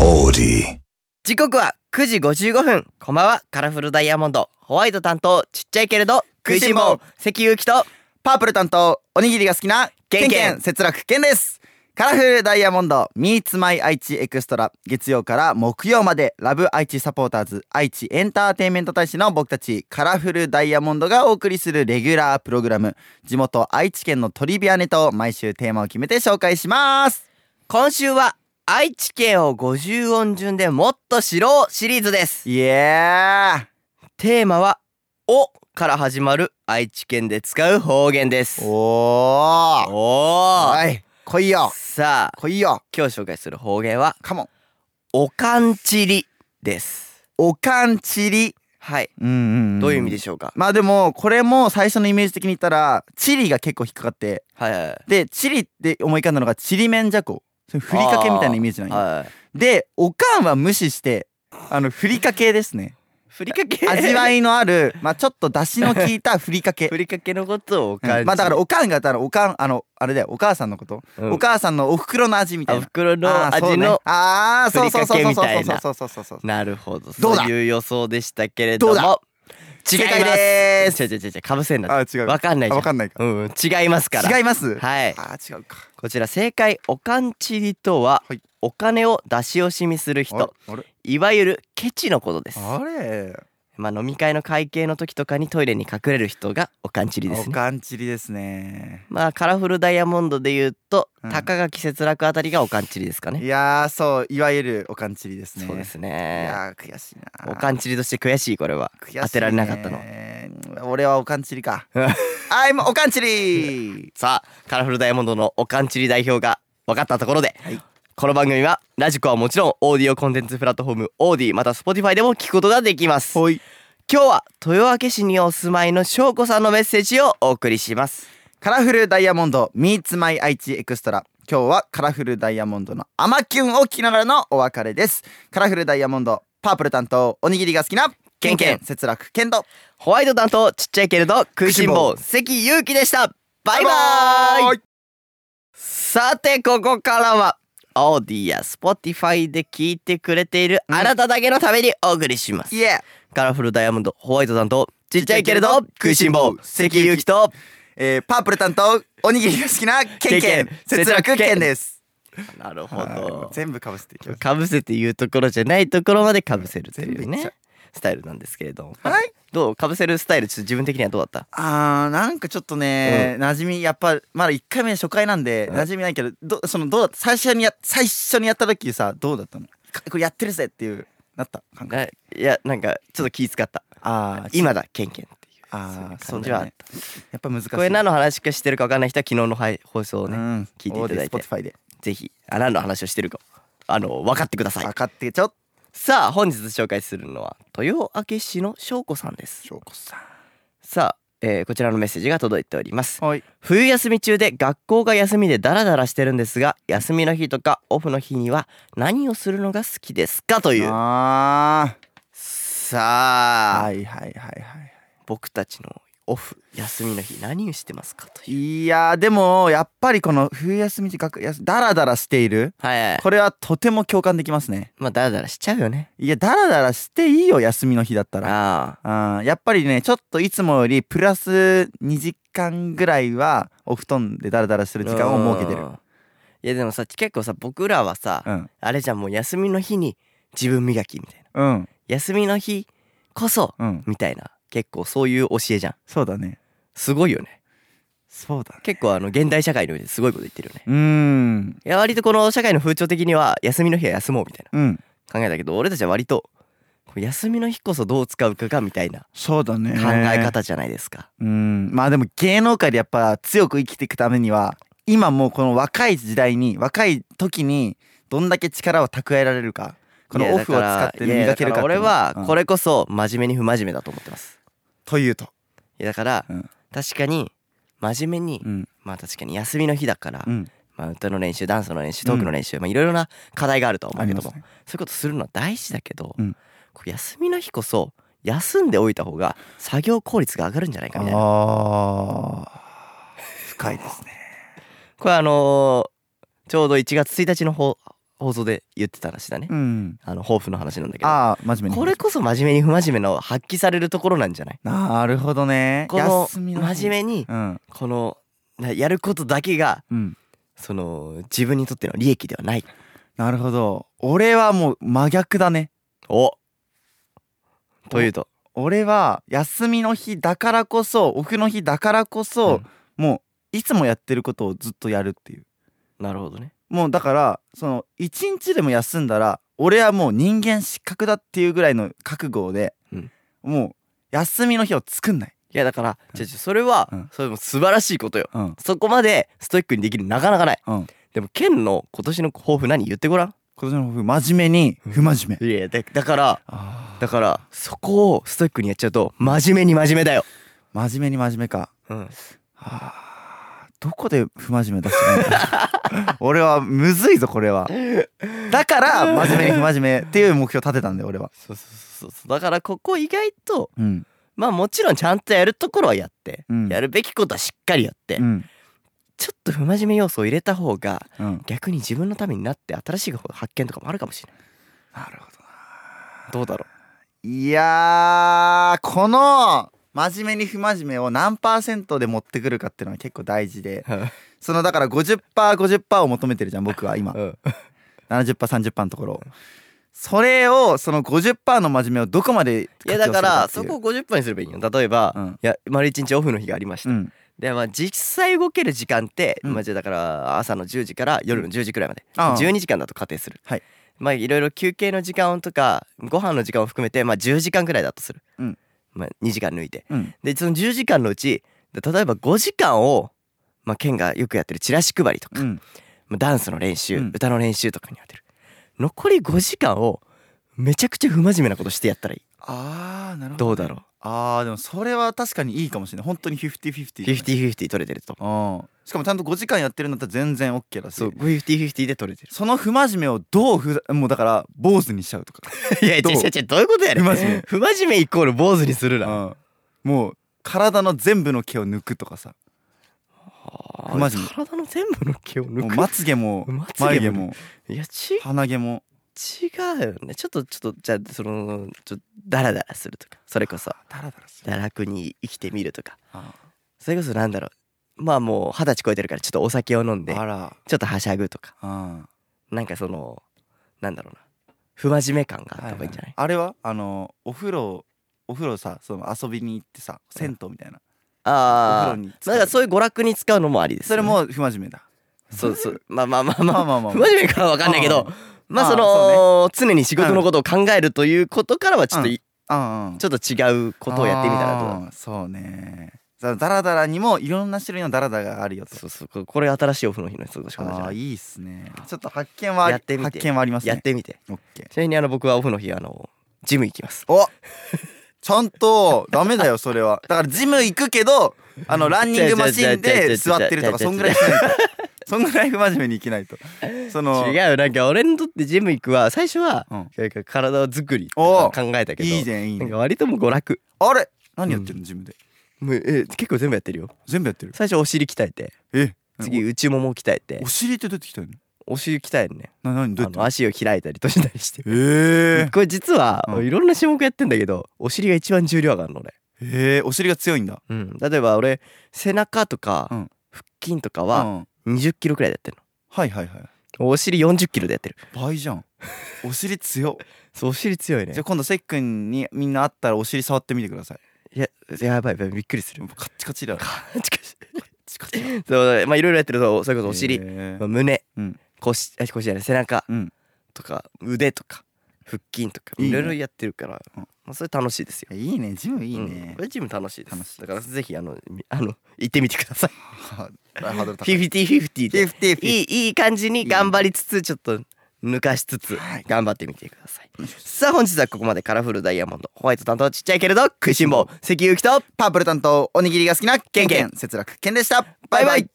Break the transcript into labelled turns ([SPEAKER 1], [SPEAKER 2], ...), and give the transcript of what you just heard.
[SPEAKER 1] オーデ
[SPEAKER 2] 時刻は9時55分こんばんはカラフルダイヤモンドホワイト担当ちっちゃいけれど食いしん坊関ゆうきと
[SPEAKER 3] パープル担当おにぎりが好きな
[SPEAKER 2] ケ
[SPEAKER 3] ケ
[SPEAKER 2] ンケン
[SPEAKER 3] ンケン節楽ケンですカラフルダイヤモンド Meets My 愛知エクストラ月曜から木曜までラブ愛知サポーターズ愛知エンターテインメント大使の僕たちカラフルダイヤモンドがお送りするレギュラープログラム地元愛知県のトリビアネタを毎週テーマを決めて紹介します
[SPEAKER 2] 今週は愛知県を50音順でもっと知ろうシリーズです
[SPEAKER 3] イエ
[SPEAKER 2] テーマはおから始まる愛知県で使う方言で
[SPEAKER 3] ー
[SPEAKER 2] すお
[SPEAKER 3] おー
[SPEAKER 2] お
[SPEAKER 3] おい来いよ
[SPEAKER 2] さあ
[SPEAKER 3] 来いよ
[SPEAKER 2] 今日紹介する方言は
[SPEAKER 3] カモン
[SPEAKER 2] おかんちりです
[SPEAKER 3] おかんちり
[SPEAKER 2] はい
[SPEAKER 3] うんうんん
[SPEAKER 2] どういう意味でしょうか、
[SPEAKER 3] まあでもこれも最初のイメージ的に言ったらチリが結構引っかかって
[SPEAKER 2] はいはいはい
[SPEAKER 3] でチリって思い浮かんだのがチリメンジャコそれふりかけみたいなイメージなんよ
[SPEAKER 2] はい
[SPEAKER 3] でおかんは無視してあのふりかけですね
[SPEAKER 2] ふりかけ
[SPEAKER 3] 味わ
[SPEAKER 2] い
[SPEAKER 3] いのあるまあちょっと出汁の効いたふりかけ
[SPEAKER 2] ふりかけのことをおかん
[SPEAKER 3] う
[SPEAKER 2] ち
[SPEAKER 3] ん
[SPEAKER 2] り
[SPEAKER 3] まあだからおかんがだからおかんあのあれだよお母さんのこと、
[SPEAKER 2] うん
[SPEAKER 3] お母さんのお袋の味みたい
[SPEAKER 2] あ
[SPEAKER 3] な
[SPEAKER 2] 袋の
[SPEAKER 3] あーそう
[SPEAKER 2] 味
[SPEAKER 3] ね
[SPEAKER 2] の
[SPEAKER 3] あーそうそうそうそう
[SPEAKER 2] ふりかけみたい
[SPEAKER 3] そ
[SPEAKER 2] な
[SPEAKER 3] うそうそうそうそう
[SPEAKER 2] なるほど
[SPEAKER 3] どうだ
[SPEAKER 2] そういう予想でしたけれども
[SPEAKER 3] どうだ
[SPEAKER 2] 違い
[SPEAKER 3] 正解
[SPEAKER 2] ます
[SPEAKER 3] でーす
[SPEAKER 2] 違う違う違うかぶせんな
[SPEAKER 3] あ違う
[SPEAKER 2] わかんないじゃん
[SPEAKER 3] わかんないか
[SPEAKER 2] うんうん違いますから
[SPEAKER 3] 違います
[SPEAKER 2] はい
[SPEAKER 3] あー違うか
[SPEAKER 2] こちら正解おかんちりとは、
[SPEAKER 3] はい
[SPEAKER 2] お金を出し惜しみする
[SPEAKER 3] あれ
[SPEAKER 2] 人
[SPEAKER 3] あれ
[SPEAKER 2] いわゆるケチのことです
[SPEAKER 3] あれ
[SPEAKER 2] まあ飲み会の会計の時とかにトイレに隠れる人がおかんちりです
[SPEAKER 3] お
[SPEAKER 2] ね
[SPEAKER 3] かんちりですね
[SPEAKER 2] まあカラフルダイヤモンドで言うと、
[SPEAKER 3] うん
[SPEAKER 2] 高垣節楽あたりがおかんちりですかね
[SPEAKER 3] いやーそういわゆるおかんちりですね
[SPEAKER 2] そうです
[SPEAKER 3] い
[SPEAKER 2] ね
[SPEAKER 3] やー悔しいな
[SPEAKER 2] おかんちりとして悔しいこれは
[SPEAKER 3] 悔しいね
[SPEAKER 2] 当てられなかったの
[SPEAKER 3] 俺はおかんちりかあいもおかんちり
[SPEAKER 2] さあカラフルダイヤモンドのおかんちり代表が分かったところで、この番組はラジコはもちろんオーディオコンテンツプラットフォームオーディまた Spotify でも聞くことができます
[SPEAKER 3] ほい
[SPEAKER 2] 今日は豊明市にお住まいの翔子さんのメッセージをお送りします
[SPEAKER 3] カラフルダイヤモンド Meets My 愛知エクストラ今日はカラフルダイヤモンドのアマキュンを聞きながらのお別れですカラフルダイヤモンドパープル担当おにぎりが好きな
[SPEAKER 2] ケンケン
[SPEAKER 3] 節楽ケンド
[SPEAKER 2] ホワイト担当ちっちゃいけれど食いしん坊関ゆうきでしたバイバーイ
[SPEAKER 3] バイ
[SPEAKER 2] さてここからはオーディや Spotify で聞いてくれているあなただけのためにお送りします
[SPEAKER 3] イエー
[SPEAKER 2] カラフルダイヤモンドホワイトさんとちっちゃいけれど食いしん坊関ゆうきと
[SPEAKER 3] えー、パープル担当おにぎりが好きなケンケン節楽ケンです
[SPEAKER 2] なるほ
[SPEAKER 3] はいもう
[SPEAKER 2] ど
[SPEAKER 3] 全部かぶせていきます
[SPEAKER 2] かぶせて言うところじゃないところまでかぶせるとい
[SPEAKER 3] 全
[SPEAKER 2] う
[SPEAKER 3] 部いっちゃ
[SPEAKER 2] ねスタイルなんですけれども
[SPEAKER 3] はい
[SPEAKER 2] どうかぶせるスタイルちょっと自分的にはどうだった
[SPEAKER 3] あーなんかちょっとね、馴染みやっぱまだ1回目初回なんで
[SPEAKER 2] うん
[SPEAKER 3] 馴染みないけどどそのどうだった最初にや最初にやった時さどうだったのかこれやってるぜっていうなった感覚
[SPEAKER 2] ないやなんかちょっと気使った
[SPEAKER 3] あ今
[SPEAKER 2] 今だケンケンっていう
[SPEAKER 3] あー
[SPEAKER 2] そういう感じはあっ
[SPEAKER 3] そうやっぱ難しい
[SPEAKER 2] たこれ何の話かしてるか分かんない人は昨日の配放送をね
[SPEAKER 3] ん、
[SPEAKER 2] 聞いていただいて
[SPEAKER 3] Spotify で
[SPEAKER 2] ぜひあ何の話をしてるかあの分かってください
[SPEAKER 3] 分かってちょっ
[SPEAKER 2] さあ本日紹介するのは豊明市の翔子さんです
[SPEAKER 3] 翔子さん
[SPEAKER 2] さあ、えーこちらのメッセージが届いております
[SPEAKER 3] はい
[SPEAKER 2] 冬休み中で学校が休みでダラダラしてるんですが休みの日とかオフの日には何をするのが好きですかという
[SPEAKER 3] あ
[SPEAKER 2] さ
[SPEAKER 3] あ
[SPEAKER 2] あ、
[SPEAKER 3] はいはいはいはい
[SPEAKER 2] 僕たちのオフ休みの日何をしてますかという
[SPEAKER 3] いやーでもやっぱりこの冬休み学やすだらだらしている
[SPEAKER 2] はい
[SPEAKER 3] これはとても共感できますね
[SPEAKER 2] まあダラダラしちゃうよね
[SPEAKER 3] いやだらだらしていいよ休みの日だったら
[SPEAKER 2] あ
[SPEAKER 3] あーやっぱりねちょっといつもよりプラス2時間ぐらいはお布団でダラダラす
[SPEAKER 2] あ
[SPEAKER 3] る時間を設けてる
[SPEAKER 2] うんいやでもさ結構さ僕らはさ、
[SPEAKER 3] うん
[SPEAKER 2] あれじゃんもう休みの日に自分磨きみたいな
[SPEAKER 3] うん
[SPEAKER 2] 休みの日こそ
[SPEAKER 3] うん
[SPEAKER 2] みたいな結構そういう教えじゃん
[SPEAKER 3] そうだね
[SPEAKER 2] すごいよね
[SPEAKER 3] そうだね
[SPEAKER 2] 結構あの現代社会においてすごいこと言ってるよね
[SPEAKER 3] うーん
[SPEAKER 2] いや割とこの社会の風潮的には休みの日は休もうみたいな
[SPEAKER 3] うん
[SPEAKER 2] 考えだけど俺たちは割とこう休みの日こそどう使うかがみたいな
[SPEAKER 3] そうだね
[SPEAKER 2] 考え方じゃないですか、
[SPEAKER 3] うんまあでも芸能界でやっぱ強く生きていくためには今もうこの若い時代に若い時にどんだけ力を蓄えられるかこのオフを使って
[SPEAKER 2] いや
[SPEAKER 3] 磨
[SPEAKER 2] だ
[SPEAKER 3] け
[SPEAKER 2] から
[SPEAKER 3] るかって
[SPEAKER 2] い
[SPEAKER 3] い
[SPEAKER 2] うや
[SPEAKER 3] の
[SPEAKER 2] だから俺はこ
[SPEAKER 3] うん
[SPEAKER 2] れこそ真面目に不真面目だと思ってます
[SPEAKER 3] というと
[SPEAKER 2] いやだから
[SPEAKER 3] うん
[SPEAKER 2] 確かに真面目に
[SPEAKER 3] うん
[SPEAKER 2] まあ確かに休みの日だから
[SPEAKER 3] うん
[SPEAKER 2] まあ歌の練習ダンスの練習トークの練習まあいろいろな課題があるとは思
[SPEAKER 3] あ
[SPEAKER 2] うけ
[SPEAKER 3] り
[SPEAKER 2] どもそう
[SPEAKER 3] ます
[SPEAKER 2] い
[SPEAKER 3] ね
[SPEAKER 2] うことするのは大事だけど
[SPEAKER 3] うん
[SPEAKER 2] こう休みの日こそ休んでおいた方が作業効率が上がるんじゃないかみたいな
[SPEAKER 3] あー深いですね
[SPEAKER 2] これあのーちょうど1月1日のほ放送で言ってた話だね、
[SPEAKER 3] うん
[SPEAKER 2] あの抱負の話なんだけど
[SPEAKER 3] ああ真面目に
[SPEAKER 2] これこそ真面目に不真面目の発揮されるところなんじゃない
[SPEAKER 3] なるほどね
[SPEAKER 2] この
[SPEAKER 3] 休みの日
[SPEAKER 2] 真面目に
[SPEAKER 3] うん
[SPEAKER 2] このなやることだけが
[SPEAKER 3] うん
[SPEAKER 2] その自分にとっての利益ではない
[SPEAKER 3] なるほど俺はもう真逆だね
[SPEAKER 2] おというと
[SPEAKER 3] 俺は休みの日だからこそオフの日だからこそ、もういつもやってることをずっとやるっていう
[SPEAKER 2] なるほどね
[SPEAKER 3] もうだからその一日でも休んだら俺はもう人間失格だっていうぐらいの覚悟で、
[SPEAKER 2] うん
[SPEAKER 3] もう休みの日を作んない、
[SPEAKER 2] いやだからじゃあじゃあそれは、
[SPEAKER 3] うん
[SPEAKER 2] それも素晴らしいことよ
[SPEAKER 3] うん、
[SPEAKER 2] そこまでストイックにできるなかなかない、
[SPEAKER 3] うん
[SPEAKER 2] でも県の今年の抱負何言ってごらん
[SPEAKER 3] 今年の抱負真面目に不真面目、
[SPEAKER 2] いやだだから
[SPEAKER 3] あ
[SPEAKER 2] だからそこをストイックにやっちゃうと真面目に真面目だよ、
[SPEAKER 3] ー真面目に真面目か
[SPEAKER 2] うん、
[SPEAKER 3] あーどこで不真面目出してないんだ 俺はむずいぞこれはだから真面目に不真面目っていう目標立てたんだよ俺は
[SPEAKER 2] そうそうそうそうだからここ意外と
[SPEAKER 3] うん
[SPEAKER 2] まあもちろんちゃんとやるところはやって、
[SPEAKER 3] うん
[SPEAKER 2] やるべきことはしっかりやって、
[SPEAKER 3] うん
[SPEAKER 2] ちょっと不真面目要素を入れた方が
[SPEAKER 3] うん
[SPEAKER 2] 逆に自分のためになって新しい発見とかもあるかもしれない
[SPEAKER 3] なるほどな
[SPEAKER 2] どうだろ
[SPEAKER 3] いやーこの真面目に不真面目を何パーセントで持ってくるかっていうのは結構大事で
[SPEAKER 2] う、
[SPEAKER 3] そのだから 50%50% を求めてるじゃん僕は今
[SPEAKER 2] うん、
[SPEAKER 3] 70%30% のところそれをその50%の真面目をどこまで
[SPEAKER 2] いやだからそこ
[SPEAKER 3] こ
[SPEAKER 2] を50分にすればいいよ例えば、
[SPEAKER 3] うん
[SPEAKER 2] いや丸一日オフの日がありました、
[SPEAKER 3] うん
[SPEAKER 2] でまあ実際動ける時間って、
[SPEAKER 3] うん
[SPEAKER 2] まあじゃあだから朝の10時から夜の10時くらいまで、
[SPEAKER 3] ああ
[SPEAKER 2] 12時間だと仮定する、
[SPEAKER 3] はい
[SPEAKER 2] まあいろいろ休憩の時間とかご飯の時間を含めてまあ10時間くらいだとする、
[SPEAKER 3] うん
[SPEAKER 2] まあ、2時間抜いて
[SPEAKER 3] うん
[SPEAKER 2] でその10時間のうちで例えば5時間を、まあ、県がよくやってるチラシ配りとか、
[SPEAKER 3] うん
[SPEAKER 2] まあ、ダンスの練習、
[SPEAKER 3] うん
[SPEAKER 2] 歌の練習とかに当てる残り5時間をめちゃくちゃ不真面目なことしてやったらいい
[SPEAKER 3] ああなるほど
[SPEAKER 2] どうだろ
[SPEAKER 3] あーでもそれは確かにいいかもしれない本当に
[SPEAKER 2] う
[SPEAKER 3] 5050
[SPEAKER 2] 50/50取れてると
[SPEAKER 3] うんしかもちゃんと5時間やってるんだったら全然 OK だし
[SPEAKER 2] そう50/50で取れてる
[SPEAKER 3] その不真面目をどうふざもうだから坊主にしちゃうとか
[SPEAKER 2] いや、違う
[SPEAKER 3] どう
[SPEAKER 2] 違う違う、どういうことやねん。
[SPEAKER 3] 不真面目
[SPEAKER 2] 不真面目イコール坊主にするな。
[SPEAKER 3] うんもう体の全部の毛を抜くとかさ不真面目
[SPEAKER 2] 体の全部の毛を
[SPEAKER 3] も
[SPEAKER 2] 抜
[SPEAKER 3] う
[SPEAKER 2] く。
[SPEAKER 3] まつげも
[SPEAKER 2] まつ
[SPEAKER 3] 眉
[SPEAKER 2] げ
[SPEAKER 3] 毛
[SPEAKER 2] も。
[SPEAKER 3] も
[SPEAKER 2] いや、ち、
[SPEAKER 3] 鼻毛も
[SPEAKER 2] 違うよね。ちょっと、ちょっと、じゃあ、その、ちょっと、ダラダラするとか。それこそ、
[SPEAKER 3] ダラダラする
[SPEAKER 2] 堕落に生きてみるとか。
[SPEAKER 3] あ
[SPEAKER 2] それこそ、なんだろう。まあもう、二十歳超えてるから、ちょっとお酒を飲んで、
[SPEAKER 3] あら
[SPEAKER 2] ちょっとはしゃぐとか。
[SPEAKER 3] あ
[SPEAKER 2] なんかその、なんだろうな。不真面目感があ
[SPEAKER 3] ー
[SPEAKER 2] った方がいいんじゃない
[SPEAKER 3] あれはあのお風呂お風呂さその遊びに行ってさ銭湯みたいな
[SPEAKER 2] ああ。な
[SPEAKER 3] お風呂に使
[SPEAKER 2] ん
[SPEAKER 3] う
[SPEAKER 2] かそういう娯楽に使うのもありです、ね。
[SPEAKER 3] それ。も不真面目だ
[SPEAKER 2] そうそう。まあまあまあまあ
[SPEAKER 3] ま。あまあ まあ
[SPEAKER 2] 不真面目かは分かんないけど、まあそ
[SPEAKER 3] まあ
[SPEAKER 2] の、常に仕事のことを考えるということからはちょっとい、
[SPEAKER 3] ああ
[SPEAKER 2] ちょっと違うことをやってみたらどうだろ
[SPEAKER 3] あーそうねさダラダラにもいろんな種類のダラダラがあるよ
[SPEAKER 2] う
[SPEAKER 3] と
[SPEAKER 2] そうそうここれ新しいオフの日の過ごし方じゃ
[SPEAKER 3] ああ
[SPEAKER 2] ない
[SPEAKER 3] いいっすねちょっと発見はあり
[SPEAKER 2] やってみて
[SPEAKER 3] 発見はありますね
[SPEAKER 2] やってみて
[SPEAKER 3] オッケー
[SPEAKER 2] ちなみにあの僕はオフの日あのジム行きます
[SPEAKER 3] おちゃんとダメだよそれはだからジム行くけどあのランニングマシンで座ってるとかそんぐらいしないとそんぐらい不真面目にいけないとその
[SPEAKER 2] 違うよなんか俺にとってジム行くは最初は
[SPEAKER 3] うん
[SPEAKER 2] なんか体作りとか考えたけど
[SPEAKER 3] いいねいい
[SPEAKER 2] なん
[SPEAKER 3] ね
[SPEAKER 2] か割ともう娯楽
[SPEAKER 3] あれ何やってるのジムで
[SPEAKER 2] もうえ結構全部やってるよ
[SPEAKER 3] 全部やってる
[SPEAKER 2] 最初お尻鍛えて
[SPEAKER 3] え
[SPEAKER 2] 次内もも鍛えて
[SPEAKER 3] お尻って出てきたの
[SPEAKER 2] お尻鍛えるね
[SPEAKER 3] な何
[SPEAKER 2] あ
[SPEAKER 3] どうやって
[SPEAKER 2] の足を開いたり閉じたりして
[SPEAKER 3] え
[SPEAKER 2] これ実は
[SPEAKER 3] うん
[SPEAKER 2] いろんな種目やってんだけどお尻が一番重量上がるの俺、
[SPEAKER 3] ー、えー、お尻が強いんだ
[SPEAKER 2] うん、例えば俺背中とか
[SPEAKER 3] うん
[SPEAKER 2] 腹筋とか
[SPEAKER 3] うん
[SPEAKER 2] は20キロくらいでやってる
[SPEAKER 3] はいはいはい
[SPEAKER 2] のお尻40キロでやってる
[SPEAKER 3] 倍じゃんお尻強
[SPEAKER 2] そうお尻強いね
[SPEAKER 3] じゃあ今度せっくんにみんな会ったらお尻触ってみてください
[SPEAKER 2] いややばいやばいびっくりする
[SPEAKER 3] もうカッチカチだよカッチカチだ
[SPEAKER 2] そうまあいろいろやってるとそれこそお尻、
[SPEAKER 3] え
[SPEAKER 2] まあ
[SPEAKER 3] ー
[SPEAKER 2] 胸、
[SPEAKER 3] うん
[SPEAKER 2] 腰あ腰じゃない背中
[SPEAKER 3] うん
[SPEAKER 2] とか腕とか腹筋とか
[SPEAKER 3] いいね
[SPEAKER 2] いろいろやってるから
[SPEAKER 3] うん
[SPEAKER 2] まあ、それ楽しいですよ
[SPEAKER 3] いいねジムいい
[SPEAKER 2] うん
[SPEAKER 3] ね
[SPEAKER 2] こ、れチーム楽しいです
[SPEAKER 3] 楽しい
[SPEAKER 2] だからぜひあのみあの行ってみてく ださい
[SPEAKER 3] ハードル
[SPEAKER 2] フィフティフィフティで
[SPEAKER 3] 50
[SPEAKER 2] いいいい感じに頑張りつつちょっと抜かしつつ
[SPEAKER 3] はい
[SPEAKER 2] 頑張ってみてくださいさあ本日はここまでカラフルダイヤモンドホワイト担当はちっちゃいけれど食いしん坊関ゆうきと
[SPEAKER 3] パープル担当おにぎりが好きなケンケン節楽ケンでした
[SPEAKER 2] バイバイ